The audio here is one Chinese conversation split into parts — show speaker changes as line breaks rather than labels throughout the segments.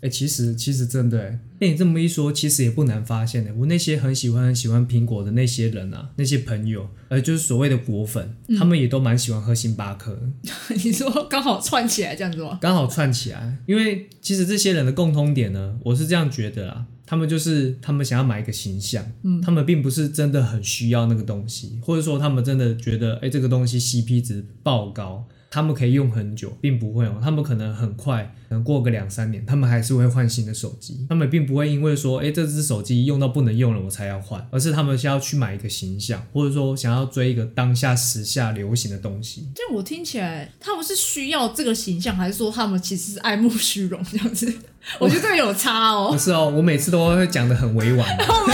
哎、其实其实真的哎、被你这么一说，其实也不难发现的。我那些很喜欢很喜欢苹果的那些人啊，那些朋友，呃，就是所谓的果粉，他们也都蛮喜欢喝星巴克的，
你说刚好串起来这样子吗？
刚好串起来。因为其实这些人的共通点呢，我是这样觉得啦，他们就是他们想要买一个形象，嗯，他们并不是真的很需要那个东西，或者说他们真的觉得，哎、这个东西 CP 值爆高。他们可以用很久，并不会哦。他们可能很快，可能过个两三年，他们还是会换新的手机。他们并不会因为说，哎、这只手机用到不能用了，我才要换，而是他们是要去买一个形象，或者说想要追一个当下时下流行的东西。
这样我听起来，他们是需要这个形象，还是说他们其实是爱慕虚荣这 样子？我觉得这个有差
不
哦。
是哦，我每次都会讲的很委婉、哦。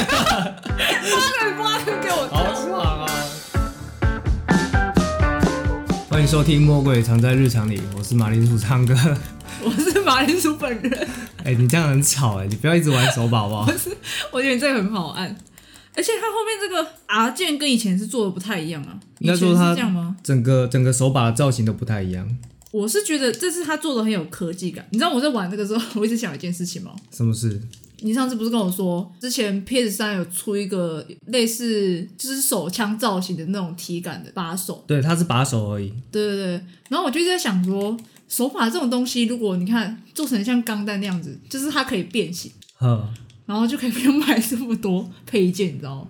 挖个挖个给我
好
跳，
爽啊！欢迎收听《魔鬼藏在日常里》，我是马铃薯唱歌。
我是马铃薯本人，
哎、你这样很吵哎、你不要一直玩手把好不 好？
我觉得你这个很好按。而且它后面这个 R 键跟以前是做的不太一样啊，以
应该
前
说
是
它
这样吗？
整个整个手把的造型都不太一样，
我是觉得这次他做的很有科技感。你知道我在玩这个时候，我一直想一件事情吗？
什么事？
你上次不是跟我说，之前 PS 三有出一个类似就是手枪造型的那种体感的把手，
对，它是把手而已。
对对对。然后我就一直在想说，手把这种东西，如果你看做成像钢弹那样子，就是它可以变形，
呵，
然后就可以不用买这么多配件，你知道吗？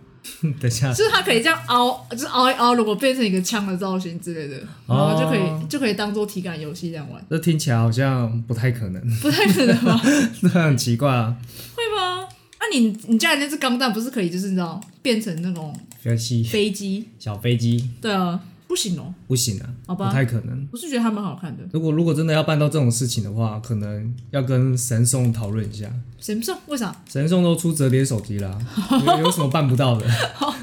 等一下，
就是它可以这样凹，就是凹一凹，如果变成一个枪的造型之类的，然后就可以、
哦
就可以当做体感游戏这样玩，
这听起来好像不太可能，
不太可能吧？
这很奇怪啊。
会吗？那、你你家里那只钢弹不是可以就是你知道变成那种
学习
飞机？
小飞机
对啊，不行哦，
不行啊，
好
不
吧
太可能。
我是觉得还蛮好看的。
如果如果真的要办到这种事情的话，可能要跟神送讨论一下。
谁不是？为啥？
神送都出折叠手机啦，有有什么办不 到的？对不
哦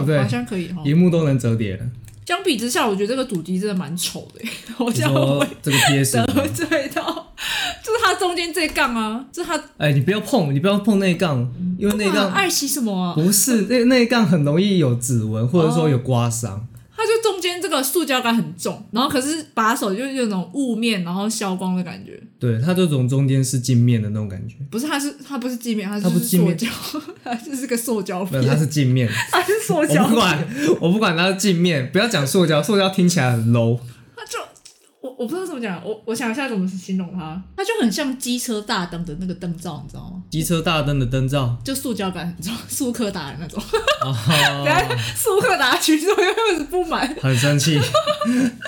好
对？
像可以哈。
荧幕都能折叠了，
相比之下，我觉得这个主机真的蛮丑的耶，我
你
这样会
说这个 PS
得 罪到，就是它中间这杠啊，就是它
哎，你不要碰，你不要碰那一杠，因为那一
哇
杠
爱惜什么啊？
不是那那一杠很容易有指纹，或者
哦
说有刮伤。
它就中间这个塑胶感很重，然后可是把手就是有那种雾面，然后消光的感觉。
对，它这种中间是镜面的那种感觉，
不是，它是它不是镜面，它
它
就
不
是
是镜
塑
面
胶， 它就是个塑胶
没有，它
片，
是镜 面。
它是塑胶
我不
片。
管，我不管它是镜面，不要讲塑胶，塑胶听起来很 low。
它就我我不知道怎么讲，我我想一下怎么形容它，它就很像机车大灯的那个灯罩，你知道吗？
机车大灯的灯罩，
就塑胶感很重， 速克达的那种。 等
哦，
下速克达群众又是不满，
很生气，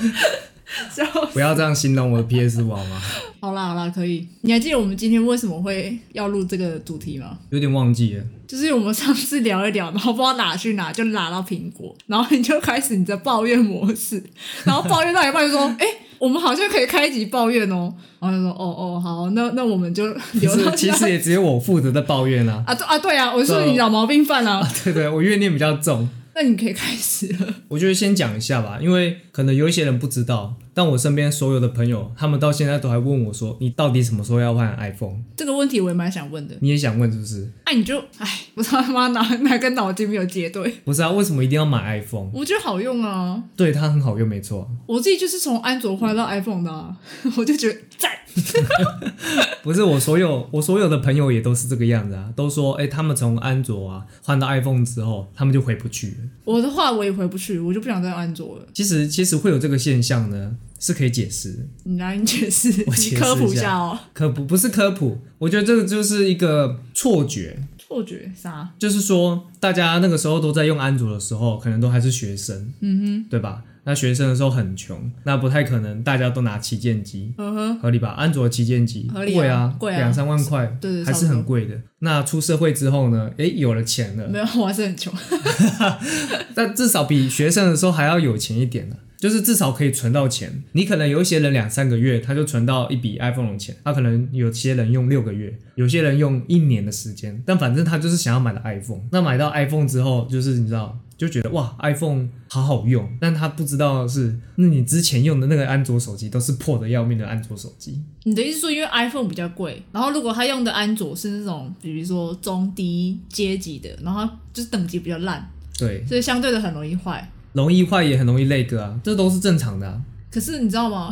然后
不要这样形容我的 PS 网嘛，
好啦好啦，可以。你还记得我们今天为什么会要录这个主题吗？
有点忘记了。
就是我们上次聊一聊，然后不知道哪去哪就拉到苹果，然后你就开始你的抱怨模式， 然后抱怨到一半就说：“哎、我们好像可以开一集抱怨哦。”然后就说：“哦哦，好，那那我们就
其
留到
实其实也只有我负责在抱怨啦、
啊，对啊，对啊，我说
对
你老毛病犯啊，
对对，我怨念比较重。
那你可以开始了。
我觉得先讲一下吧，因为可能有一些人不知道，但我身边所有的朋友，他们到现在都还问我说，你到底什么时候要换 iPhone？
这个问题我也蛮想问的。
你也想问是不是？
哎、你就哎，我他妈哪哪根脑筋没有接对？
不是啊，为什么一定要买 iPhone？
我觉得好用啊，
对它很好用，没错。
我自己就是从安卓换到 iPhone 的、啊， 我就觉得赞。
不是我所有我所有的朋友也都是这个样子啊，都说哎、诶他们从安卓啊换到 iPhone 之后，他们就回不去了。
我的话我也回不去，我就不想再用安卓了。
其实其实会有这个现象呢，是可以解释的。
你来，你解释，
我
你
解释
科普
一下
哦。
科普不是科普，我觉得这个就是一个错觉，
错觉啥？
就是说大家那个时候都在用安卓的时候，可能都还是学生，嗯哼，对吧？那学生的时候很穷，那不太可能大家都拿旗舰机，
嗯哼，
合理吧？安卓旗舰机
合理啊
贵啊，
贵啊
两三万块，
对对
还
差
是
不多
很贵的。那出社会之后呢？诶，有了钱了，
没有，我还是很穷。
但至少比学生的时候还要有钱一点呢、就是至少可以存到钱。你可能有一些人两三个月他就存到一笔 iPhone 的钱，他可能有些人用六个月，有些人用一年的时间，但反正他就是想要买了 iPhone。那买到 iPhone 之后，就是你知道。就觉得哇，iPhone 好好用，但他不知道的是，那你之前用的那个安卓手机都是破的要命的安卓手机，
你的意思说，因为 iPhone 比较贵，然后如果他用的安卓是那种，比如说中低阶级的，然后就是等级比较烂，
对，
所以相对的很容易坏。
容易坏也很容易累个啊，这都是正常的、啊。
可是你知道吗？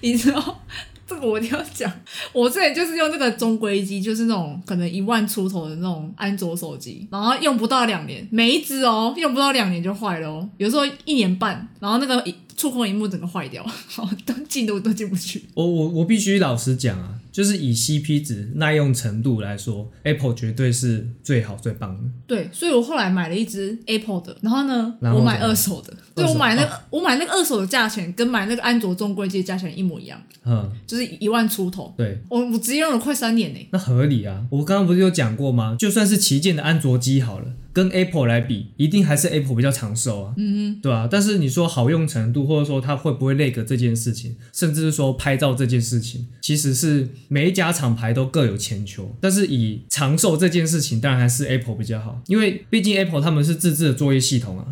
你知道 这个我一定要讲。我之前就是用那个中规机，就是那种可能一万出头的那种安卓手机，然后用不到两年，每一只哦，用不到两年就坏了哦，有时候一年半，然后那个触控荧幕整个坏掉，然后都进都都进不去。
我我我必须老实讲啊，就是以 CP 值耐用程度来说，Apple 绝对是最好最棒的。
对，所以我后来买了一只 Apple 的，然后呢，
然后
我买
怎么
二
样
手的，对
二手
我
哦
买那个、我买那个二手的价钱跟买那个安卓中规机的价钱一模一样，
嗯，
就是一万出头。
对，
我我直接用了快三年呢、
那合理啊。我刚刚不是有讲过吗？就算是旗舰的安卓机好了，跟 Apple 来比，一定还是 Apple 比较长寿啊。嗯嗯，对啊。但是你说好用程度，或者说它会不会那个这件事情，甚至是说拍照这件事情，其实是每一家厂牌都各有千秋。但是以长寿这件事情，当然还是 Apple 比较好，因为毕竟 Apple 他们是自制的作业系统啊。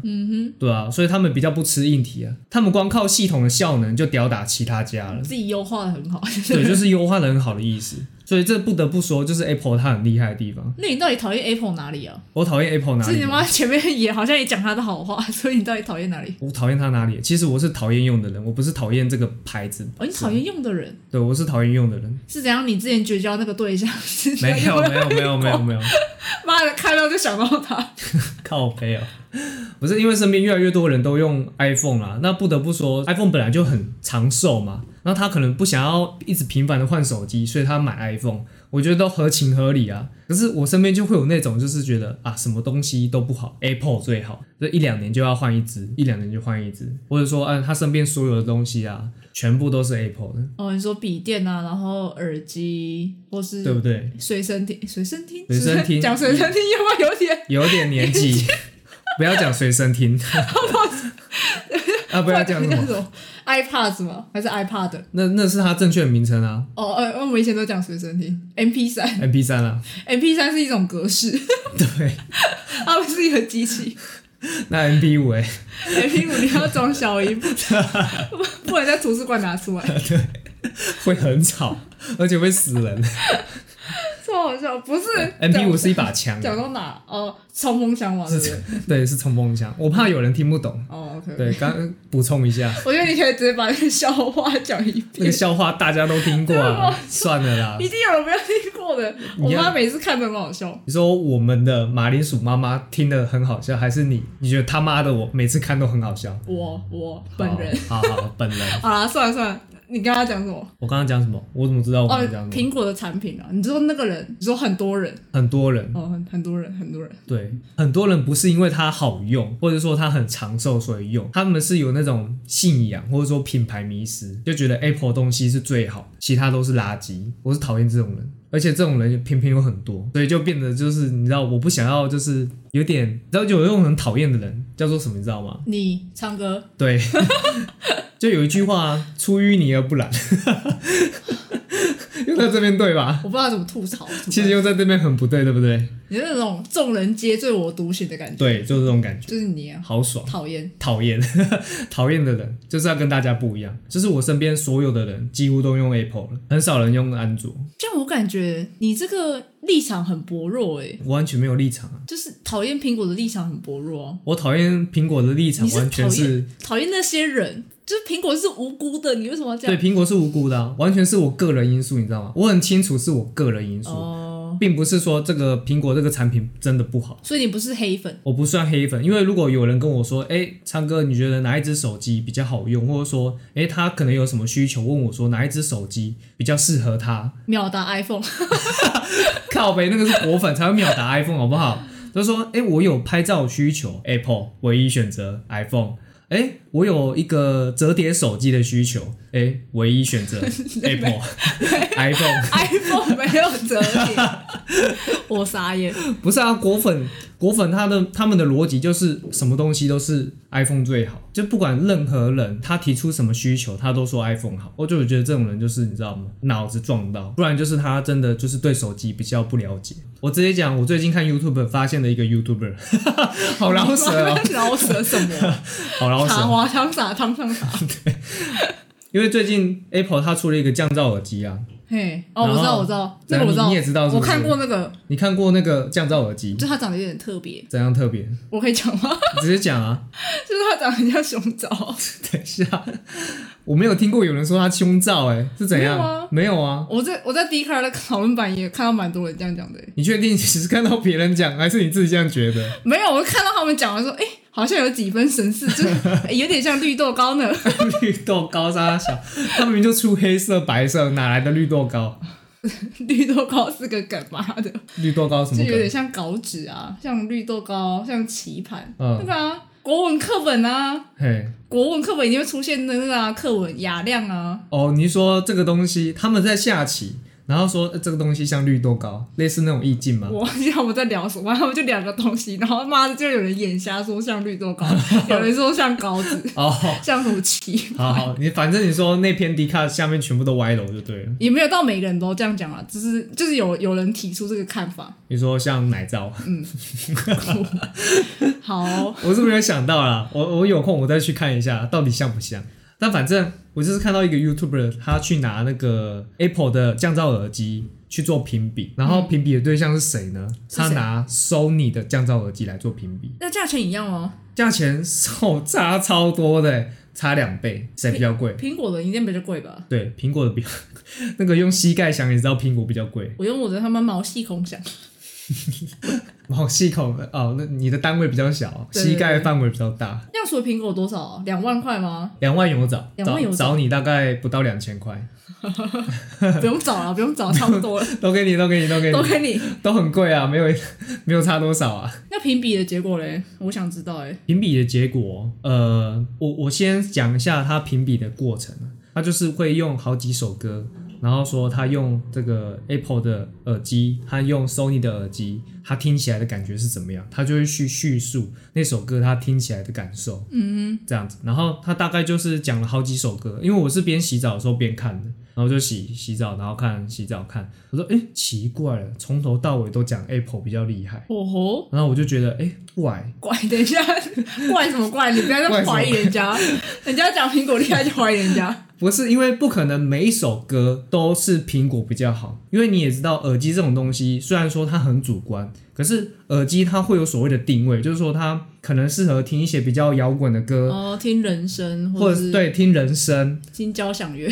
对啊，所以他们比较不吃硬体啊，他们光靠系统的效能就吊打其他家了。
自己优化的很好。
对，就是优化的很好的意思。所以这不得不说，就是 Apple 它很厉害的地方。
那你到底讨厌 Apple 哪里啊？
我讨厌 Apple 哪
是
里
你
吗？
妈前面也好像也讲他的好话， 所以你到底讨厌哪里？
我讨厌它哪里？其实我是讨厌用的人，我不是讨厌这个牌子。
哦，你讨厌用的人
对，我是啊讨厌用的人。
是怎样？你之前绝交那个对象是怎样
没 有，没有，没有，没有，没有，
妈的，看到就想到 他。
靠背哦。不是因为身边越来越多人都用 iPhone 啦，那不得不说 iPhone 本来就很长寿嘛，那他可能不想要一直频繁的换手机，所以他买 iPhone，我觉得都合情合理啊。可是我身边就会有那种就是觉得啊，什么东西都不好，Apple 最好，这一两年就要换一只，一两年就换一只，或者说啊，他身边所有的东西啊，全部都是 Apple 的，
哦，你说笔电啊，然后耳机或是
对不对？
随身听，随身听，
随身听
讲随身听要不要有点？
有点年纪，不要讲随身听， 啊，不要讲什
那
么，
种 iPads 吗？还是 iPad？
那那是它正确的名称啊。
哦，呃，我们以前都讲随身听，MP 三
M P 三 啊，
，MP 三是一种格式，
对，
它不是一个机器。
那 M P 五哎，
MP 五你要装小 一部，不不能在图书馆拿出来，
会很吵，而且会死人。
超好笑。不是
M P 五
讲
哎是一把枪，
讲到哪？哦，冲锋枪王对不对？
对，是冲锋枪。我怕有人听不懂，
哦，OK。
对，刚补充一下，
我觉得你可以直接把那个笑话讲一
那个
遍，
笑话大家都听过 啊，算了啦。
一定有人没有听过的。我
你要
妈每次看都很好笑，
你说我们的马铃薯妈妈听得很好笑，还是你？你觉得他妈的我每次看都很好笑？
我我本人。
好，好好，本人。
好啦，算了算了，你跟他讲什么？
我刚刚讲什么？我怎么知道我
哦
刚刚讲，什么？
苹果的产品啊，你说那个人，你说很多人，
很多人
哦，很很多人，很多人，
对，很多人不是因为它好用，或者说它很长寿所以用，他们是有那种信仰或者说品牌迷失，就觉得 Apple 东西是最好，其他都是垃圾。我是讨厌这种人，而且这种人偏偏有很多，所以就变得就是你知道，我不想要就是有点，你知道就有那种很讨厌的人叫做什么，你知道吗？
你唱歌，
对， 就有一句话、啊，出淤泥而不染， 用在这边对吧？
我不知道怎么吐槽。
其实用在这边很不对，对不对？
你是那种众人皆醉我独醒的感觉，
对，就是这种感觉，
就是你啊，
好爽。
讨厌。
讨厌， 讨厌的人就是要跟大家不一样。就是我身边所有的人几乎都用 Apple 了，很少人用安卓，
这样我感觉你这个立场很薄弱诶、
完全没有立场啊。
就是讨厌苹果的立场很薄弱啊。
我讨厌苹果的立场
你，是
完全是
讨厌那些人，就是苹果是无辜的，你为什么要这
对
样？
苹果是无辜的、啊，完全是我个人因素，你知道吗？我很清楚是我个人因素，
哦，
并不是说这个苹果这个产品真的不好。
所以你不是黑粉，
我不算黑粉，因为如果有人跟我说，哎、昌哥，你觉得哪一只手机比较好用，或者说，哎、他可能有什么需求，问我说哪一只手机比较适合他，
秒答 iPhone。
靠北，那个是果粉才会秒答 iPhone 好不好？就说，哎、我有拍照需求，Apple 唯一选择 iPhone。哎、我有一个折叠手机的需求，哎、唯一选择 Apple iPhone。
iPhone 没有折叠， 我傻眼。
不是啊，果粉果粉他的他们的逻辑就是什么东西都是 iPhone 最好，就不管任何人他提出什么需求，他都说 iPhone 好。我就觉得这种人就是你知道吗？脑子撞到，不然就是他真的就是对手机比较不了解。我直接讲，我最近看 YouTube 发现的一个 YouTuber，好 饶舌 哦，
饶舌什 么？
好饶
茶
舌。
滑汤洒汤上洒。
因为最近 Apple 它出了一个降噪耳机啊，
嘿，哦，
然后
我知道，我知道，这个我知
那
道，
你你也知道是
我
不是
看过那个，
你看过那个降噪耳机
就它长得有点特别，
怎样特别？
我可以讲吗？
直接讲啊！
就是它长得很像熊掌，
等一下，我没有听过有人说它胸罩、欸，哎，是怎样？
没有啊
没有啊
我在我在 d 卡的讨论版也看到蛮多人这样讲的、欸
你确定你只是看到别人讲，还是你自己这样觉得？
没有，我看到他们讲的说，哎、好像有几分神似，就是、欸有点像绿豆糕呢。
绿豆糕沙小，他明明就出黑色、白色，哪来的绿豆糕？
绿豆糕是个梗嘛的，
绿豆糕什么
就有点
梗？
像稿纸啊，像绿豆糕，像棋盘，
嗯
那个啊，国文课本啊，
嘿，
国文课本一定会出现的那个啊，课文雅量啊，
哦，你说这个东西他们在下棋，然后说、呃这个东西像绿豆糕，类似那种意境吗？
我忘记他们在聊什么，他们就两个东西，然后妈的就有人眼瞎说像绿豆糕，有人说像稿纸，
哦，
像什么棋，
好好，你反正你说那篇迪卡下面全部都歪楼就对了。
也没有到每个人都这样讲啊，只是就是有有人提出这个看法。
你说像奶罩，
好，
我是没有想到啦，我我有空我再去看一下到底像不像。但反正我就是看到一个 YouTuber，他去拿那个 Apple 的降噪耳机去做评比，然后评比的对象是谁呢？
嗯是
他
谁
拿 Sony 的降噪耳机来做评比，
那价钱一样哦吗？
价钱 超差超多的、欸差两倍，谁比较贵？
苹果的一定比较贵吧？
对，苹果的比 那个用膝盖想也知道苹果比较贵。
我用我的他妈毛细孔想，
哦，细孔哦，那你的单位比较小，
对对对
膝盖范围比较大。
那样除了苹果多少啊？两万块吗？
两万有找，
两万有
找
找
找你大概不到两千块，
不用找了，啊不用找，差 不多了，
都给你，都给你，都给
都
你，
给你。
都很贵啊，没有没有差多少啊。
那评比的结果嘞？我想知道哎、
评比的结果，呃，我我先讲一下他评比的过程啊，他就是会用好几首歌，然后说他用这个 Apple 的耳机，他用 Sony 的耳机，他听起来的感觉是怎么样，他就会去叙述那首歌他听起来的感受，嗯，这样子。然后他大概就是讲了好几首歌，因为我是边洗澡的时候边看的。然后就洗洗澡，然后看洗澡看，我说哎、诶奇怪了，从头到尾都讲 Apple 比较厉害，
哦吼，
然后我就觉得哎、诶怪，
怪！等一下，怪什么怪？你不要再怀疑人家，人家讲苹果厉害就怀疑人家。
不是因为不可能每一首歌都是苹果比较好，因为你也知道耳机这种东西，虽然说它很主观，可是耳机它会有所谓的定位，就是说它可能适合听一些比较摇滚的歌，
哦，听人声
呃或
或
者
者
是
是
对听人声，
听交响乐，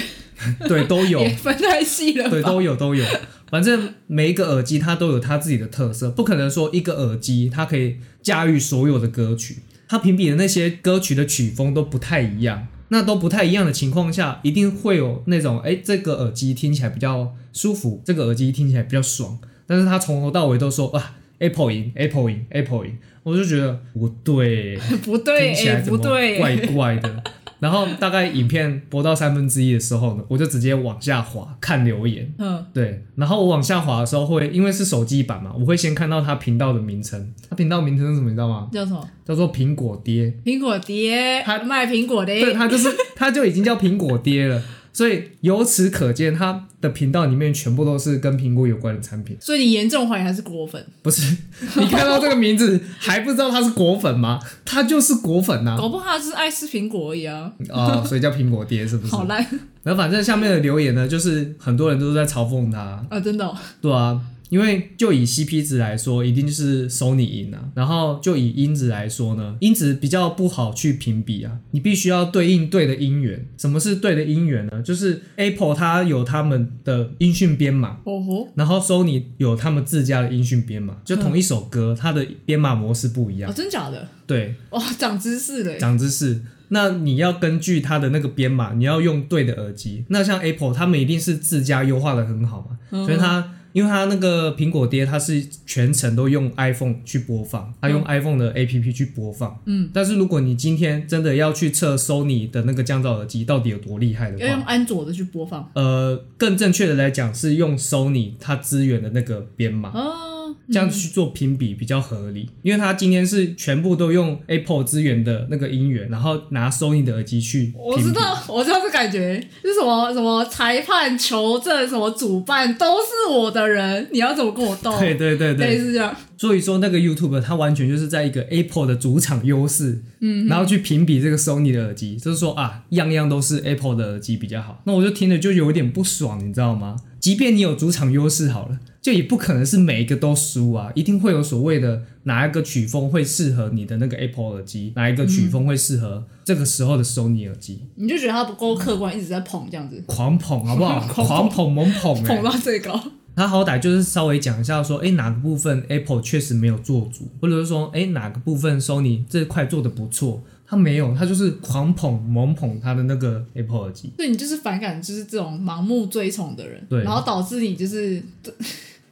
对都 有，
也分太细了
对
吧？
都有都有，反正每一个耳机它都有它自己的特色，不可能说一个耳机它可以驾驭所有的歌曲，它评比的那些歌曲的曲风都不太一样。那都不太一样的情况下，一定会有那种，哎、这个耳机听起来比较舒服，这个耳机听起来比较爽，但是他从头到尾都说哇，Apple 赢，Apple 赢，Apple 赢，我就觉得不对，
不对，
听起来
哎、
怎
不
么
对、
怪怪的。然后大概影片播到三分之一的时候呢，我就直接往下滑看留言，
嗯，
对，然后我往下滑的时候会，因为是手机版嘛，我会先看到他频道的名称。他频道名称是什么，你知道吗？
叫什么？
叫做苹果爹。
苹果爹，
他
卖苹果的，
对，他就是他就已经叫苹果爹了。所以由此可见，他的频道里面全部都是跟苹果有关的产品。
所以你严重怀疑他是果粉，
不是， 你看到这个名字还不知道他是果粉吗？他就是果粉呐、
搞不好他只是爱吃苹果而已啊，
哦，所以叫苹果爹是不是？
好烂
然后反正下面的留言呢，就是很多人都是在嘲讽他，
啊，真的哦、
对啊，因为就以 CP 值来说，一定就是 Sony 赢啊。然后就以音质来说呢，音质比较不好去评比啊，你必须要对应对的音源。什么是对的音源呢？就是 Apple 它有他们的音讯编码。
哦吼，
然后 Sony 有他们自家的音讯编码，就同一首歌，它的编码模式不一
哦，
样。
真假的？
对，
哇、长知识嘞！
长知识。那你要根据它的那个编码，你要用对的耳机。那像 Apple，他们一定是自家优化的很好嘛，所以它因为它那个苹果爹，它是全程都用 iPhone 去播放，它用 iPhone 的 APP 去播放。嗯，但是如果你今天真的要去测 Sony 的那个降噪耳机到底有多厉害的
要用
话，
安卓的去播放
呃，更正确的来讲是用 Sony 它支援的那个编码。
哦，
这样去做评比比较合理，因为它今天是全部都用 Apple 资源的那个音源，然后拿 Sony 的耳机去评比。
我知道，我知道这感觉，就是什么什么裁判、球证、什么主办都是我的人，你要怎么跟我斗？
对对对
类
对，
似这样，
所以说那个 YouTube 它完全就是在一个 Apple 的主场优势，嗯，然后去评比这个 Sony 的耳机，就是说啊，样样都是 Apple 的耳机比较好。那我就听着就有点不爽，你知道吗？即便你有主场优势好了，就也不可能是每一个都输啊，一定会有所谓的哪一个曲风会适合你的那个 Apple 耳机，哪一个曲
嗯
风会适合这个时候的 Sony 耳机，
你就觉得他不够客观，一直在捧这样子，
狂捧好不好？
狂
狂
捧
捧猛捧、欸，
捧到最高。
他好歹就是稍微讲一下说，哎、哪个部分 Apple 确实没有做足，或者是说，哎、哪个部分 Sony 这块做的不错，他没有，他就是狂捧猛捧他的那个 Apple 耳机，
所以你就是反感，就是这种盲目追崇的人，
对
然后导致你就是，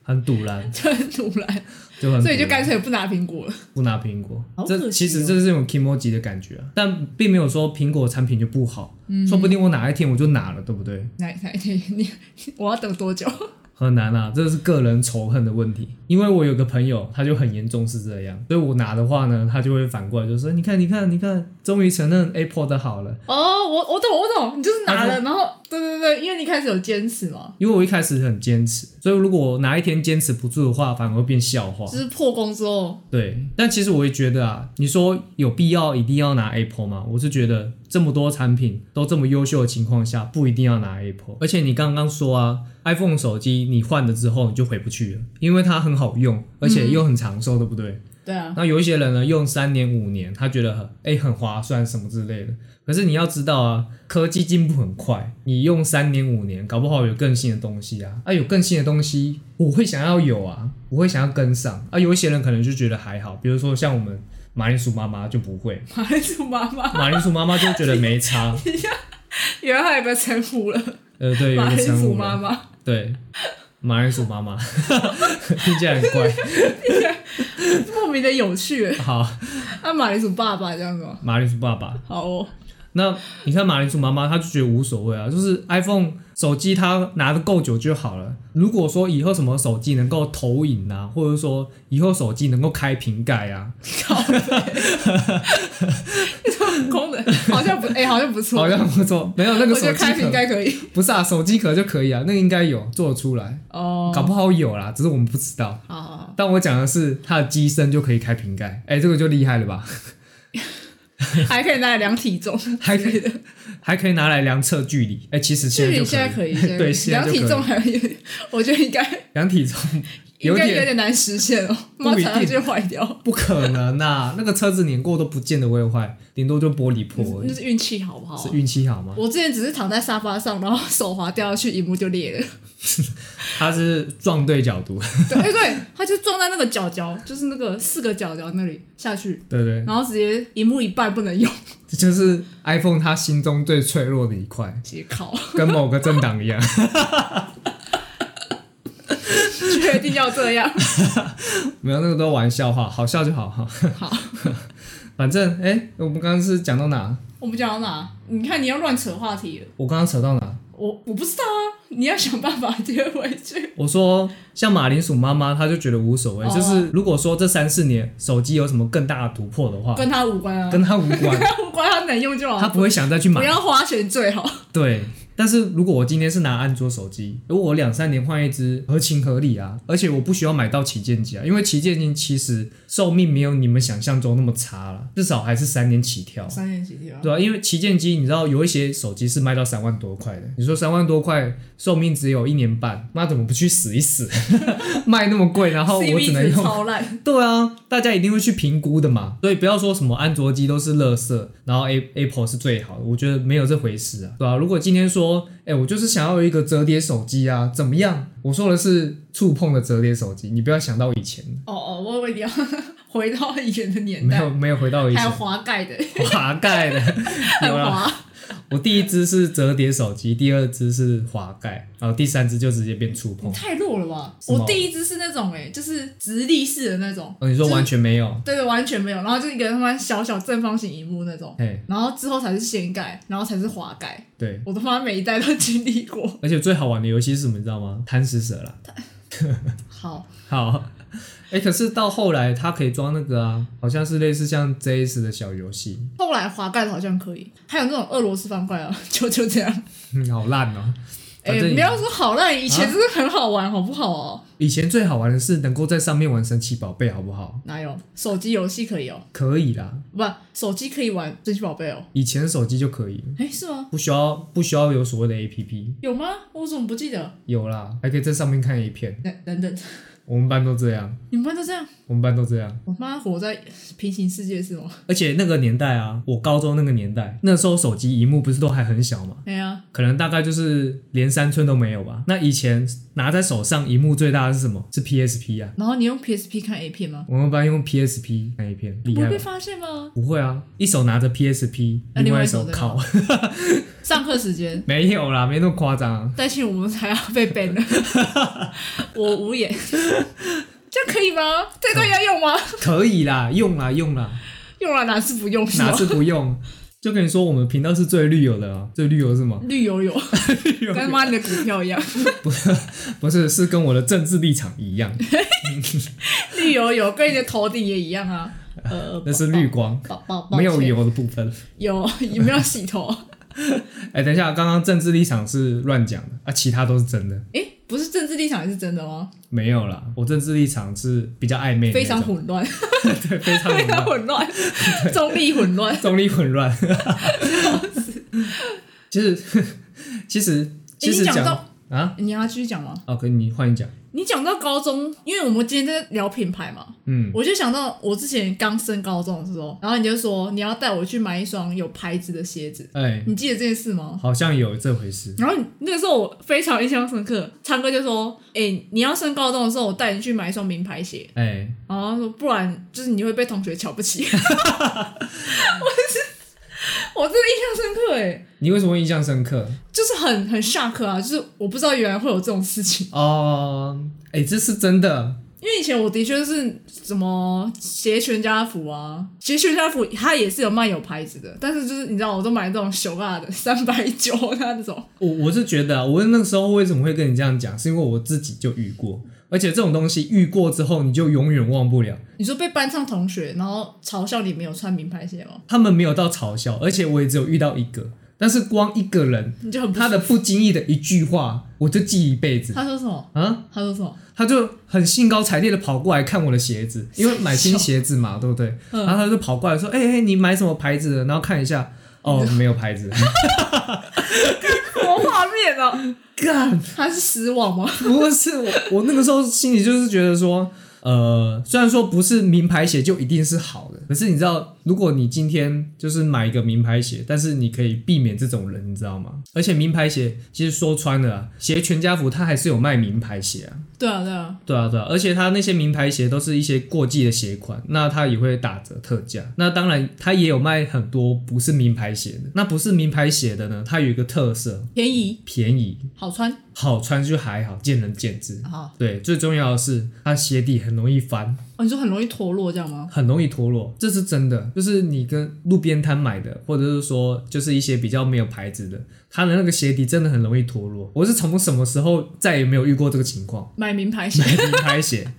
很堵然
就很突然，
就很堵然，
所以就干脆不拿苹果了。
不拿苹果
好。可惜哦
这其实这是一种 k i m o j i 的感觉、啊，但并没有说苹果产品就不好，
嗯
说不定我哪一天我就拿了，对不对？
哪哪一天你我要等多久？
很难啊，这是个人仇恨的问题。因为我有个朋友，他就很严重是这样，所以我拿的话呢，他就会反过来就说：“你看，你看，你看，终于承认 Apple 的好了。
哦，我我懂我懂，你就是拿
他
了，然后对对对，因为你开始有坚持嘛，”
因为我一开始很坚持，所以如果我哪一天坚持不住的话，反而会变笑话
就。是破功之后，
对，但其实我也觉得啊，你说有必要一定要拿 Apple 吗？我是觉得这么多产品都这么优秀的情况下，不一定要拿 Apple。而且你刚刚说啊，iPhone 手机你换了之后你就回不去了，因为它很好用，而且又很长寿，对不对？
对啊，
那有一些人呢，用三年五年，他觉得很哎、很划算什么之类的。可是你要知道啊，科技进步很快，你用三年五年，搞不好有更新的东西啊。啊，有更新的东西，我会想要有啊，我会想要跟上啊。有一些人可能就觉得还好，比如说像我们马铃薯妈妈就不会，
马铃薯妈妈，
马铃薯妈妈就觉得没差。
原来还有个称呼了，
呃，对，有
马
一个
铃
称
薯
呼
妈
了，
妈，
对，马铃薯妈 妈，听起来很怪。
莫名的有趣耶，
好，
那马铃薯爸爸这样子吗？
马铃薯爸爸。
好哦，
那你看马铃薯妈妈，她就觉得无所谓啊，就是 iPhone 手机她拿的够久就好了。如果说以后什么手机能够投影啊，或者说以后手机能够开瓶盖啊，
功能好像不哎、好像不错，
好像不错。没有那个
我觉
手
得
机
开瓶
壳，
盖可以
不是啊，手机壳就可以啊，那个应该有做得出来，
哦，
搞不好有啦，只是我们不知道。
好好好。
但我讲的是它的机身就可以开瓶盖，哎、这个就厉害了 吧？
还可以拿来量体 重，
还可以，还可以拿来量测距离，哎、其实
距
现在
离
就
现在可
可
以
以，，
现在可以
对，现
量
在就可
体重
以，
还有，我觉得应该
量体重
应
有
该
点
有点难实现哦，妈
不一定
踩下去会坏掉，
不可能啊！ 那个车子碾过都不见得会坏，顶多就玻璃破而
那
已。
是运气好不好
是
啊？
运气好吗？
我之前只是躺在沙发上，然后手滑掉下去，荧幕就裂 了。
它是撞对角度，
对哎对，它就撞在那个角角，就是那个四个角角那里下去，
对不对？
然后直接荧幕一半不能用，
这就是 iPhone 它心中最脆弱的一块，
解考，
跟某个政党一样。
确定要这样。
没有那个都玩笑话，好笑就好哈。
好，
反正哎、我们刚刚是讲到哪？
我们讲到哪？你看你要乱扯话题了，
我刚刚扯到哪？
我我不知道啊，你要想办法接回 去。
我说像马铃薯妈妈，她就觉得无所谓。
哦
就是如果说这三四年手机有什么更大的突破的话，
跟他无关啊，
跟她无关，
无关，他能用就好。
她不会想再去买
不。要花钱最好。
对，但是如果我今天是拿安卓手机，如果我两三年换一只，合情合理啊。而且我不需要买到旗舰机啊，因为旗舰机其实寿命没有你们想象中那么差了，至少还是三年起跳。
三年起跳，
对啊，因为旗舰机你知道有一些手机是卖到三万多块的，你说三万多块寿命只有一年半，妈怎么不去死一死？ 卖那么贵，然后我
CP
只能
值
用
超烂，
对啊，大家一定会去评估的嘛，所以不要说什么安卓机都是垃圾，然后 A Apple 是最好的，我觉得没有这回事啊，对吧、如果今天说，哎、我就是想要有一个折叠手机啊，怎么样？我说的是触碰的折叠手机，你不要想到以前，
哦哦，我以为你要 回到以前的年
没
代
有，没有回到以
还有
前
滑盖 的，
滑盖 的，
很
有啦，
滑。
我第一只是折叠手机，第二只是滑盖，然后第三只就直接变触
你
碰。
太弱了吧！
什么
我第一只是那种哎、就是直立式的那种，
哦，你说
就是
完全没有？
对对，完全没有，然后就一个他妈小小正方形荧幕那种，
哎，
然后之后才是掀盖，然后才是滑盖，
对，
我他妈每一代都经历过。
而且最好玩的游戏是什么，你知道吗？贪食蛇啦。
好，
好，哎、可是到后来它可以装那个啊，好像是类似像 JS 的小游戏，
后来滑盖的好像可以，还有那种俄罗斯方块啊， 就就这样。
嗯，好烂哦、
哎、
反正
不要说好烂，以前
啊
真的很好玩，好不好哦？
以前最好玩的是能够在上面玩神奇宝贝，好不好？
哪有手机游戏可以哦？
可以啦，
不，手机可以玩神奇宝贝哦？
以前手机就可以，
哎，是吗？
不需要不需要有所谓的 A P P，
有吗？我怎么不记得？
有啦，还可以在上面看 A 片。
等等等，
我们班都这样，
你们班都这样？
我们班都这样。
我妈活在平行世界是吗？
而且那个年代啊，我高中那个年代，那时候手机荧幕不是都还很小嘛，
哎呀，
可能大概就是连三寸都没有吧。那以前拿在手上荧幕最大的是什么？是 PSP 啊。
然后你用 PSP 看 A 片吗？
我们班用 PSP 那一片
不
厉
会
害
被
吧？
发现吗？
不会啊，一手拿着 PSP，
那
另
另
外
外
一
一
手
手在
靠。
上课时间，
没有啦，没那么夸张 啊。
担心我们才要被 ban 了， 我无言。这样可以吗？这段要用吗？
可以啦，用啦用啦，
用了哪次不用是
哪
吗？
次不用？就跟你说，我们频道是最绿油的啊，最绿油是什么？
绿油油，
油
跟妈你的股票一样，
不是，是跟我的政治立场一
哦
样，
绿油油跟你的头顶也一样啊。 呃，
那是绿光，
抱，抱抱抱
没有
歉
油的部分。
有有没有洗头？
哎，等一下，刚刚政治立场是乱讲的啊，其他都是真的。
哎、不是政治立场也是真的吗？
没有啦，我政治立场是比较暧昧的那种，
非常混乱，
对，非常
非
混乱，
常啊混 乱，中立混乱。
中立混乱。其实， 其实，其实
你讲
讲
到
啊，
你要继续讲吗？
哦，可以你换你讲，
你讲到高中，因为我们今天在聊品牌嘛，
嗯，
我就想到我之前刚升高中的时候，然后你就说你要带我去买一双有牌子的鞋子，嗯
哎，
你记得这件事吗？
好像有这回事，
然后你那个时候我非常印象深刻，昌哥就说：“哎、你要升高中的时候，我带你去买一双名牌鞋。
哎，”
然后他说：“不然就是你会被同学瞧不起。” 我是我真的印象深刻哎，
你为什么印象深刻？
就是很很下课啊，就是我不知道原来会有这种事情，
哦，哎，这是真的，
因为以前我的确是什么鞋全家福啊，其实全家福它也是有卖有牌子的，但是就是你知道，我都买那种手辣的 三百九啊那种，
我我是觉得啊，我那个时候为什么会跟你这样讲，是因为我自己就遇过，而且这种东西遇过之后，你就永远忘不了。
你说被班上同学然后嘲笑你没有穿名牌鞋吗？
他们没有到嘲笑，而且我也只有遇到一个，但是光一个人，
你就很不
他的不经意的一句话，我就记一辈子
他说什么？
啊！
他说什么？
他就很兴高采烈的跑过来看我的鞋子，因为买新鞋子嘛，对不对？
嗯
然后他就跑过来说：“哎、哎、你买什么牌子的？”然后看一下，哦，没有牌子，
什么画面啊？
干，
他是失望吗？
不是我，我那个时候心里就是觉得说，呃，虽然说不是名牌鞋就一定是好的，可是你知道，如果你今天就是买一个名牌鞋，但是你可以避免这种人，你知道吗？而且名牌鞋其实说穿了、啊，鞋全家福它还是有卖名牌鞋啊。
对啊，对啊，
对啊，对啊，而且它那些名牌鞋都是一些过季的鞋款，那它也会打折特价。那当然，它也有卖很多不是名牌鞋的。那不是名牌鞋的呢，它有一个特色，
便宜
便宜，
好穿
好穿就还好，见仁见智。
啊、
对，最重要的是它鞋底很容易翻，
哦，你说很容易脱落这样吗？
很容易脱落，这是真的。就是你跟路边摊买的，或者是说就是一些比较没有牌子的，它的那个鞋底真的很容易脱落。我是从什么时候再也没有遇过这个情况？
买名牌 鞋
买名牌鞋，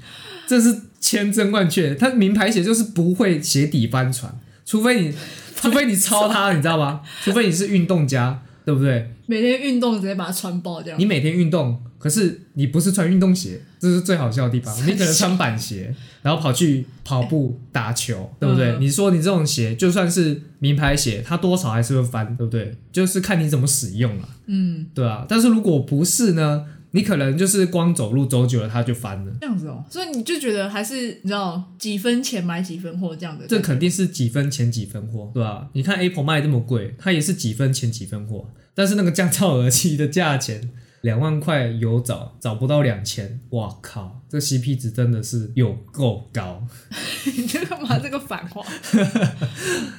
这是千真万确，它名牌鞋就是不会鞋底翻船，除非你，除非你抄它，你知道吗？除非你是运动家，对不对？
每天运动直接把它穿爆这样
你。每天运动，可是你不是穿运动鞋，这是最好笑的地方。你可能穿板鞋，然后跑去跑步、打球，对不对？
嗯
你说你这种鞋，就算是名牌鞋，它多少还是会翻，对不对？就是看你怎么使用了、
嗯，
对啊。但是如果不是呢，你可能就是光走路走久了它就翻了。
这样子哦，所以你就觉得还是你知道几分钱买几分货这样的。
这肯定是几分钱几分货，对吧、你看 Apple 卖这么贵，它也是几分钱几分货，但是那个降噪耳机的价钱两万块有找找不到两千，哇靠，这 CP 值真的是有够高，
你这干嘛这个反话？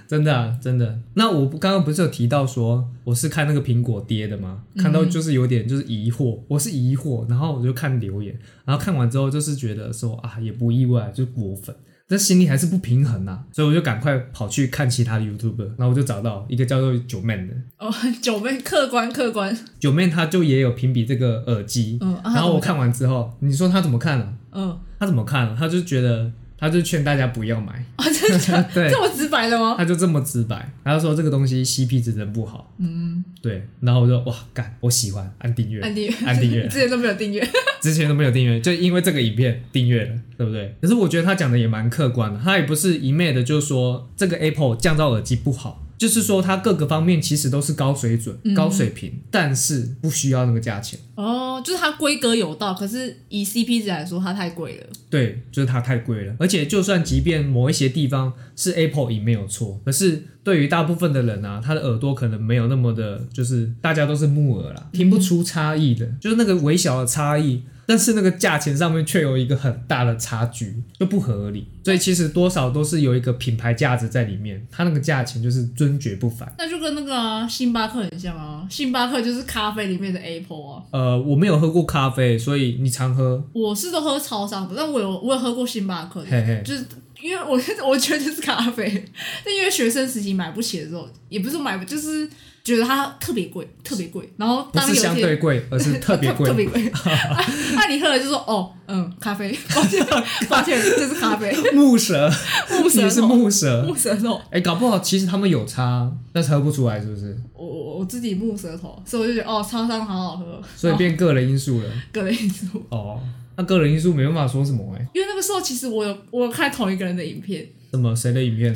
真的、啊、真的。那我不刚刚不是有提到说我是看那个苹果跌的吗？看到就是有点就是疑惑，我是疑惑，然后我就看留言，然后看完之后就是觉得说啊也不意外，就果粉。但心里还是不平衡啊，所以我就赶快跑去看其他 YouTuber，然后我就找到一个叫做九妹的，
哦，九妹客观客观，
九妹她就也有评比这个耳机，
嗯啊
然后我看完之后，你说她怎么看啊？
嗯，
她怎么看、啊？她就觉得他就劝大家不要买，
啊，真的假
对
的这么直白的吗？
他就这么直白，他就说这个东西 CP 值真不好。
嗯，
对，然后我就哇干，我喜欢按订阅，
按订阅，
按订 阅
之前都没有订阅，
之前都没有订阅，就因为这个影片订阅了，对不对？可是我觉得他讲的也蛮客观的，他也不是一昧的就说这个 Apple 降噪耳机不好，就是说它各个方面其实都是高水准、
嗯
高水平，但是不需要那个价钱。
哦，就是它规格有道，可是以 CP 值来说，它太贵了。
对，就是它太贵了，而且就算即便某一些地方是 Apple 也没有错，可是对于大部分的人啊，他的耳朵可能没有那么的，就是大家都是木耳
嗯
啦，听不出差异的，就是那个微小的差异，但是那个价钱上面却有一个很大的差距，就不合理。所以其实多少都是有一个品牌价值在里面，它那个价钱就是尊爵不凡。
那就跟那个啊、星巴克很像啊，星巴克就是咖啡里面的 Apple 啊。
呃，我没有喝过咖啡，所以你常喝，
我是都喝超商的，但我有我有喝过星巴克的，
嘿嘿，
就是因为我我觉得就是咖啡， 但因为学生时期买不起的时候，也不是买不，就是觉得它特别贵，特别贵。然后
不
当有
是
一
相
天
对贵，而 是嗯特别贵
特。别贵。啊那、你喝了就说哦，嗯，咖啡，抱歉，抱歉，这是 咖啡，
木蛇，
木舌
你是
头，
木蛇，
木舌头。
哎、搞不好其实他们有差，但是喝不出来，是不是？
我我我自己木舌头，所以我就觉得哦，超商好好喝，
所以
然后
变个人因素了。
个人因素。
哦，那个人因素没办法说什么哎、
因为那个时候其实我有我有看同一个人的影片，
什么谁的影片？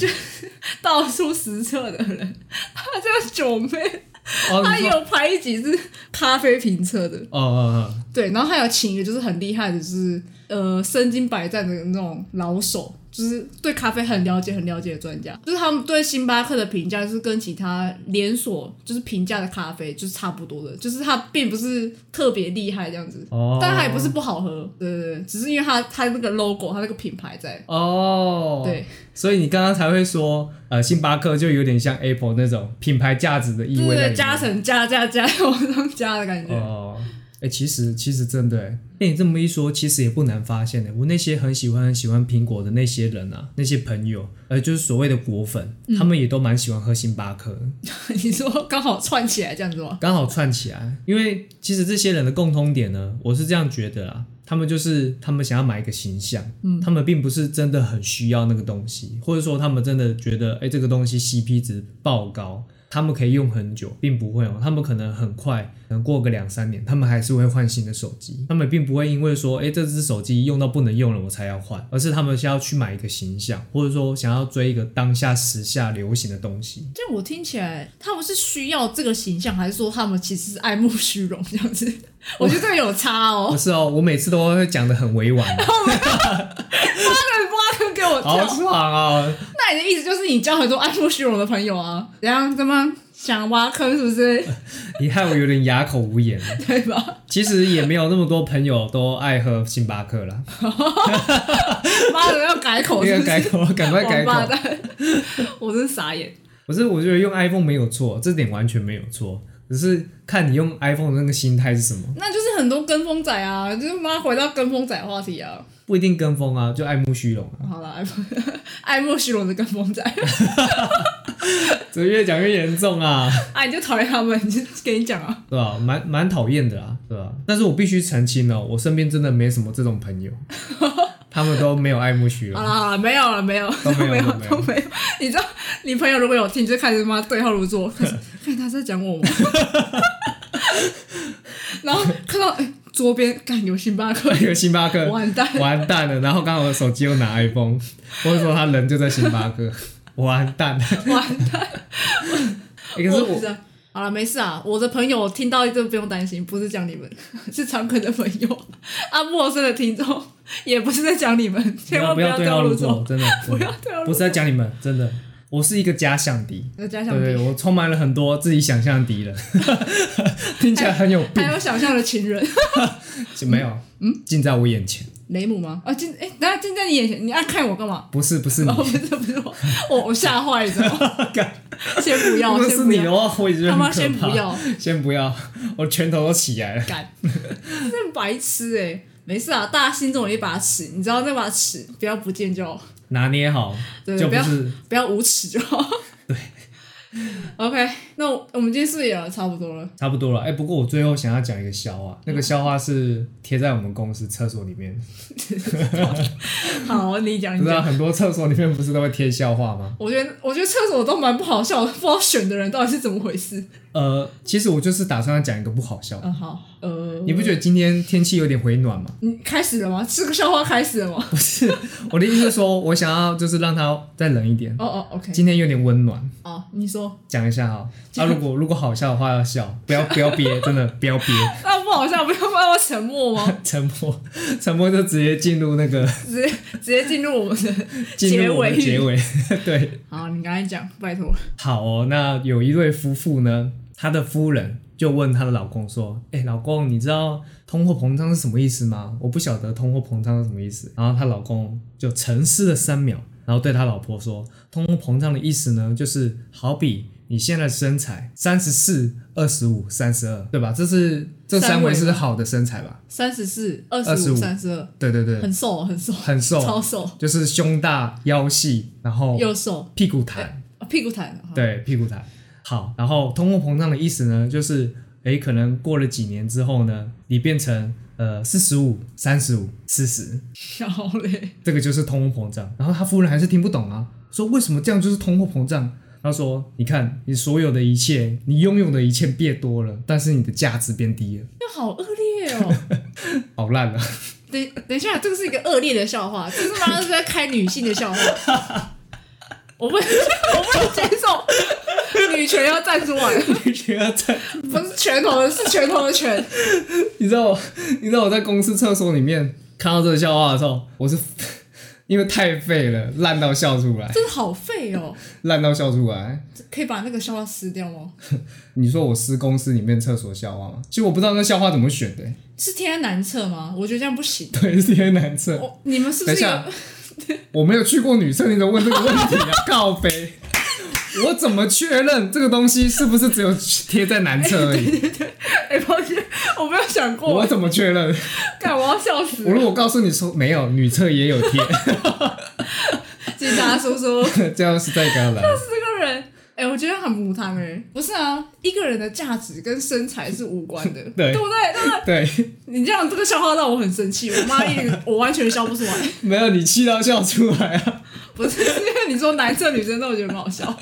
到处实测的人，他这个九妹，
哦，
他
你说
有拍一集是咖啡评测的，
哦哦哦，
对，然后还有请一个就是很厉害的，就是呃身经百战的那种老手，就是对咖啡很了解、很了解的专家，就是他们对星巴克的评价就是跟其他连锁就是评价的咖啡就是差不多的，就是它并不是特别厉害这样子。
哦
但它也不是不好喝，对对对，只是因为它它那个 logo，它那个品牌在，
哦，
对，
所以你刚刚才会说，呃，星巴克就有点像 Apple 那种品牌价值的意
对
味
对
在
对，
里
加
面。
成加加加 往上加的感觉。
哦，哎、其实其实真的、欸，被你这么一说，其实也不难发现的、我那些很喜欢很喜欢苹果的那些人啊，那些朋友，呃，就是所谓的果粉，
嗯
他们也都蛮喜欢喝星巴克的。
你说刚好串起来这样子吗？
刚好串起来，因为其实这些人的共通点呢，我是这样觉得啦，他们就是他们想要买一个形象，嗯，他们并不是真的很需要那个东西，或者说他们真的觉得，哎、这个东西 CP 值爆高，他们可以用很久，并不会哦，他们可能很快，可能过个两三年，他们还是会换新的手机，他们并不会因为说，哎、这只手机用到不能用了我才要换，而是他们想要去买一个形象，或者说想要追一个当下时下流行的东西，
就我听起来，他们是需要这个形象，还是说他们其实是爱慕虚荣这样子？我觉得这个有差
不
哦。
是哦，我每次都会讲的很委婉哦。
挖坑给我
好
跳，
爽啊！
那你的意思就是你交很多爱慕虚荣的朋友啊？怎样？怎么想挖坑是不是？
你害我有点哑口无言。
对吧？
其实也没有那么多朋友都爱喝星巴克啦，
妈的，要改口是
应
不
该
哦是？
改 口，赶快改
王八
口。
蛋！我真傻眼。
不是，我觉得用 iPhone 没有错，这点完全没有错，只是看你用 iPhone 的那个心态是什么，
那就是很多跟风仔啊，就是妈回到跟风仔话题啊。
不一定跟风啊，就爱慕虚荣啊。
好了，爱慕爱慕虚荣的跟风仔，
这越讲越严重啊，
啊，你就讨厌他们，你就跟你讲啊。
对吧、蛮蛮讨厌的啦，对吧、但是我必须澄清哦，我身边真的没什么这种 朋友，他们都没有爱慕虚
好
荣。
了好了，啊没有了，没有，
都
都
没
没
有
有，
都
都没有。你知道，你朋友如果有听，就开始妈对号入 座，看看他在讲我吗？ 然后看到、哎桌边干有星巴克，
有星巴克，
完蛋，
完蛋了，然后刚好我手机又拿 iPhone，或者说他人就在星巴 克，完蛋了。
完蛋！
欸可是
不
我
知道好了，没事啊。我的朋友听到这不用担心，不是讲你们， 是常客的朋友啊，陌生的听众也不是在讲你们，千万
不
要
对
对号
号
入
座，
座，
真的，
不
真
要
的
对号入
不是在
座。
讲你们，真的，我是一个假想敌，
那加
对
上
对，我充满了很多自己想象的 敌人，听起来很有病
还，有想象的情人。
没有，嗯，近在我眼前，
雷姆吗？啊，今哎，等下今在你眼前，你爱看我干嘛？
不是不是你
哦，， 不是不是我，我我吓坏了你知道吗，
干
先不
如
要，
果
先
是
不
你
要，
的话，我也觉得
他
很
妈
可
先不
怕，
要，
先不要，我拳头都起来了，
干，这白痴哎、没事啊，大家心中有一把尺，你知道那把尺不要不见就好，
拿捏好，
对
就
不
不
要
是
不要无耻就好。对，OK，那我我们今天是不是也聊得差不多 了？
差不多了。哎、不过我最后想要讲一个笑话，那个笑话是贴在我们公司厕所里面，
好，你讲
不
你
知道
讲。
很多厕所里面不是都会贴笑话吗？
我觉得我觉得厕所都蛮不好笑的，不知道选的人到底是怎么回事。
呃，其实我就是打算要讲一个不好笑的。
嗯，好，呃，
你不觉得今天天气有点回暖 吗？
你开始了吗？这个笑话开始了吗？
我的意思是说，我想要就是让它再冷一点，
哦哦，OK，
今天有点温暖。
哦，你说
讲一下哈，啊，如果如果好笑的话要笑，不要不要 憋，真的不要憋，
啊，不好笑，不要不要沉默吗？
沉默沉默就直接进入那个
直接直接进入我们 的
进入我们的
结
结尾。 对，
好，你刚才讲，拜托。
好哦，那有一对夫妇呢，她的夫人就问她的老公说：“哎、老公，你知道通货膨胀是什么意思吗？我不晓得通货膨胀是什么意思。”然后她老公就沉思了三秒，然后对她老婆说：“通货膨胀的意思呢，就是好比你现在的身材三十四、二十五、三十二，对吧？这是这
三
三
围
围是
吗
好的身材吧？
三十四、二十
25
五、三十二，
对对对，
很瘦，哦很瘦，
很
超
瘦，哦
瘦，
就是胸大腰细，然后
又瘦，
屁股弹。”
啊屁股弹了。好，
对，屁股抬。好，然后通货膨胀的意思呢，就是诶，可能过了几年之后呢，你变成呃四十五、三十五、四十，
然后嘞，
这个就是通货膨胀。然后他夫人还是听不懂啊，说为什么这样就是通货膨胀？他说：“你看，你所有的一切，你拥有的一切变多了，但是你的价值变低了，
那好恶劣哦。
好烂啊！
等等一下，这个是一个恶劣的笑话，这是妈是在开女性的笑话。 我不，我不能接受，女权要站出来，
你觉得在
不是拳头的，是拳头的拳。
你知道我，你知道我在公司厕所里面看到这个笑话的时候，我是 因为太废了，烂到笑出来，
真的好废哦！
烂到笑出来。
可以把那个笑话撕掉吗？
你说我撕公司里面厕所笑话吗？其实我不知道那笑话怎么选的、欸
是贴在男厕吗？我觉得这样不 行。
对，是天男厕。
我你们是不
等一
哦是有
下？，我没有去过女厕，你怎么问这个问题 啊？靠背，我怎么确认这个东西是不是只有贴在男厕而已？
哎、抱歉，我没有想过
我，怎么确认？
干我要笑死
我如果告诉你说没有，女厕也有贴，
警察叔叔，
这样是在 干嘛？
这个人，哎、我觉得很母汤哎。不是啊，一个人的价值跟身材是无关的，
对
不对？对不对？
对，
你这样这个笑话让我很生气，我妈一直我完全笑不出来，
没有你气到笑出来啊！
不是因为你说男厕女生都觉得很好笑，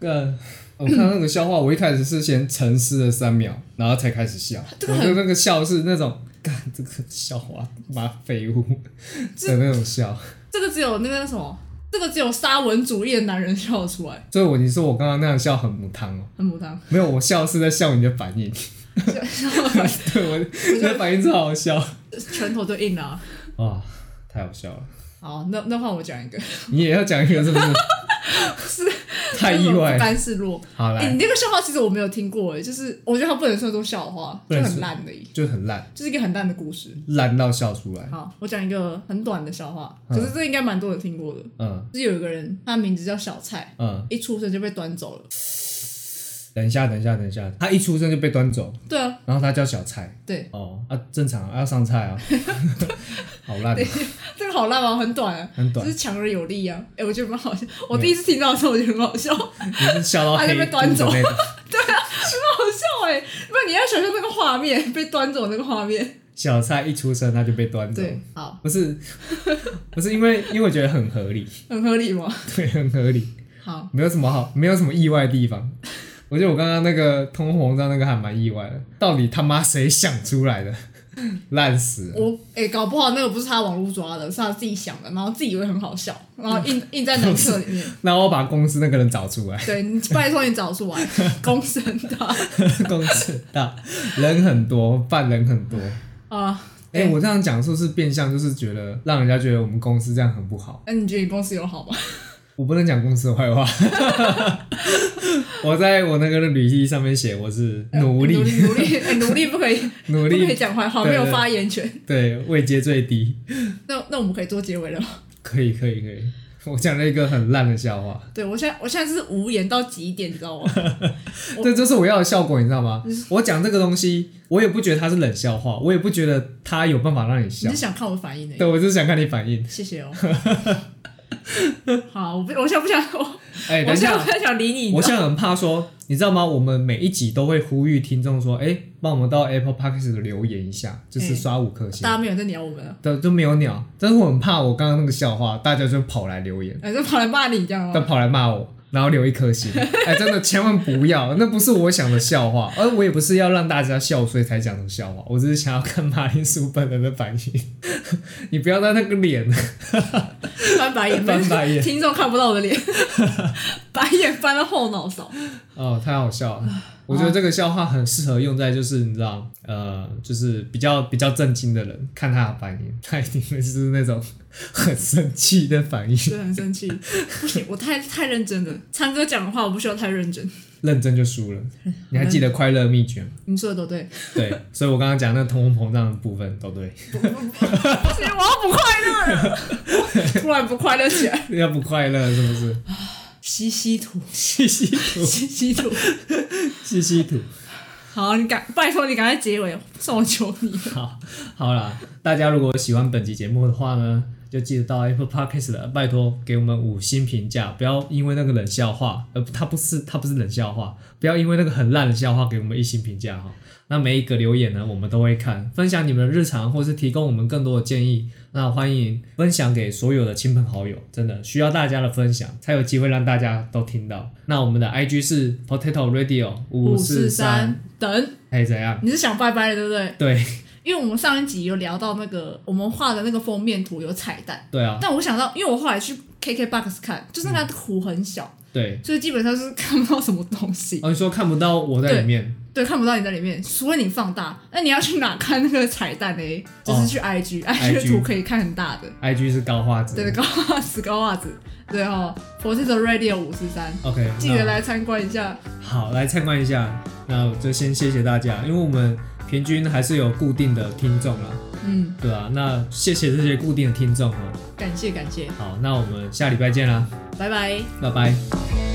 呃，我看到那个笑话，我一开始是先沉思了三秒，然后才开始笑。
这个
我
很
的那个笑是那种，干这个笑话，妈废物的那种笑。
这个只有那个什么，这个只有沙文主义的男人笑得出来，
所以我你说我刚刚那样笑很母汤哦，
很母汤。
没有，我笑是在笑你的反应。 对我，你的反应超好笑啊、
拳头就硬了啊、
太好笑了！
好，那那换我讲一个，
你也要讲一个是不是？是，太意外
不
了。
甘示弱。
好
哎、
来，
你那个笑话其实我没有听过，哎，就是我觉得它不能算作笑话，
不
就
能
很
说
烂的，
就很烂，
就是一个很烂的故事。
烂到笑出来。
好，我讲一个很短的笑话，可是这应该蛮多人听过的。
嗯
就是有一个人，他的名字叫小蔡，
嗯，
一出生就被端走了。
等一下，等一下，等一下，他一出生就被端走，
对啊，
然后他叫小菜。
对，
哦，啊，正常啊要上菜啊，好烂啊，
这个好烂啊，很短啊，
很
就
短嗯
是，强而有力啊。哎、我觉得蛮好笑。我第一次听到的时候，我觉得很好笑， 很好
你是笑到
他就
黑
被端走
肚子那种。
笑哎、不然你要想象那个画面， 被端走那个画面。
小菜一出生他就被端走，
对，好，
不是， 不是因为，因为我觉得很合理，
很合理吗？
对，很合理，
好，
没有什么好，没有什么意外的地方。我觉得我刚刚那个通红章那个还蛮意外的，到底他妈谁想出来的？ 烂死了！
我哎、搞不好那个不是他网络抓的，是他自己想的，然后自己以为很好笑，然后
嗯
印印在男厕里 面。
那我把公司那个人找出来，
对你，拜托你找出来，公审他
公司大人很多，犯人很多。
啊！
哎、我这样讲是不是变相就是觉得让人家觉得我们公司这样很不好？
那、你觉得你公司有好吗？
我不能讲公司的坏话。 我在我那个履历上面写我是奴
奴
隶，
隶，奴 隶，哎奴隶不可以，
奴
不可以
隶
讲坏话，
对
没有
对
发言权。
对位阶最低，
那那我们可以做结尾了吗？
可以可以可以。我讲了一个很烂的笑话，
对我现在我现在是无言到极点，你知道吗？ 我嗯
这这是我要的效果，你知道吗？我讲这个东西，我也不觉得它是冷笑话，我也不觉得它有办法让你
你
笑
是。想看我反应的、
对，我就是想看你反应。
谢谢哦。好，我不，我现在不想，我
哎、
我
等一
现在
下
不，太想理你。
我
你知
现
道
在很怕说，你知道吗？我们每一集都会呼吁听众说，哎、帮我们到 Apple Podcast 留言一下，就是
哎
刷五颗星
大。家没有在鸟我们了，
对，都没有鸟，但是我很怕我刚刚那个笑话，大家就跑来留言，
哎，就跑来骂你这样
但
哦。
跑来骂我，然后留一颗星。哎、真的千万不要，那不是我想的笑话，而我也不是要让大家笑，所以才讲的笑话，我只是想要看马铃薯本人的反应。 你不要在那个脸，
翻白眼，
翻白眼
听众看不到我的脸， 白眼翻到后脑勺。
哦，太好笑了。我觉得这个笑话很适合用在就是你知道，呃，就是比较比较震惊的人看他的反应， 他一定会是那种 很生气的反应，
真的很生气，不行，我太太认真了。昌哥讲的话，我不需要太认真。
认真就输了。你还记得快乐秘诀吗？
你说的都对，
对，所以我刚刚讲那个通货膨胀的部分都对，
不 行，我要不快乐 了，突然不快乐起来，
要不快乐是不是？
吸吸土，
吸吸土，
吸吸土。
吸吸土。
好，你赶，拜托你赶快结尾，算我求你。
好，好啦，大家如果喜欢本期节目的话呢，就记得到 Apple Podcast 了，拜托给我们五星评价，不要因为那个冷笑话，呃，它不是它不是冷笑话，不要因为那个很烂的笑话给我们一星评价哈。那每一个留言呢，我们都会看，分享你们的日常，或是提供我们更多的建议。那欢迎分享给所有的亲朋好友，真的需要大家的分享，才有机会让大家都听到。那我们的 IG 是 Potato Radio 五四三，
等，
哎，怎样？
你是想拜拜的对不对？
对
因为我们上一集有聊到那个我们画的那个封面图有彩蛋，
对啊，
但我想到，因为我后来去 KKBOX 看，就是那个图很小，
对。
所以基本上是看不到什么东西，
哦，你说看不到我在里面，
对，看不到你在里面，除非你放大。那你要去哪看那个彩蛋呢？就是
哦
去 IG，IG、的
IG
图可以看很大的。
IG 是高画质。
对，高袜子，高袜子，对哦，Potato Radio 五十三，
OK，那
记得来参观一下。
好来参观一下。那我就先谢谢大家，因为我们平均还是有固定的听众啦，
嗯，
对啊，那谢谢这些固定的听众哦。
感谢感谢，
好，那我们下礼拜见啦，
拜拜。
拜拜。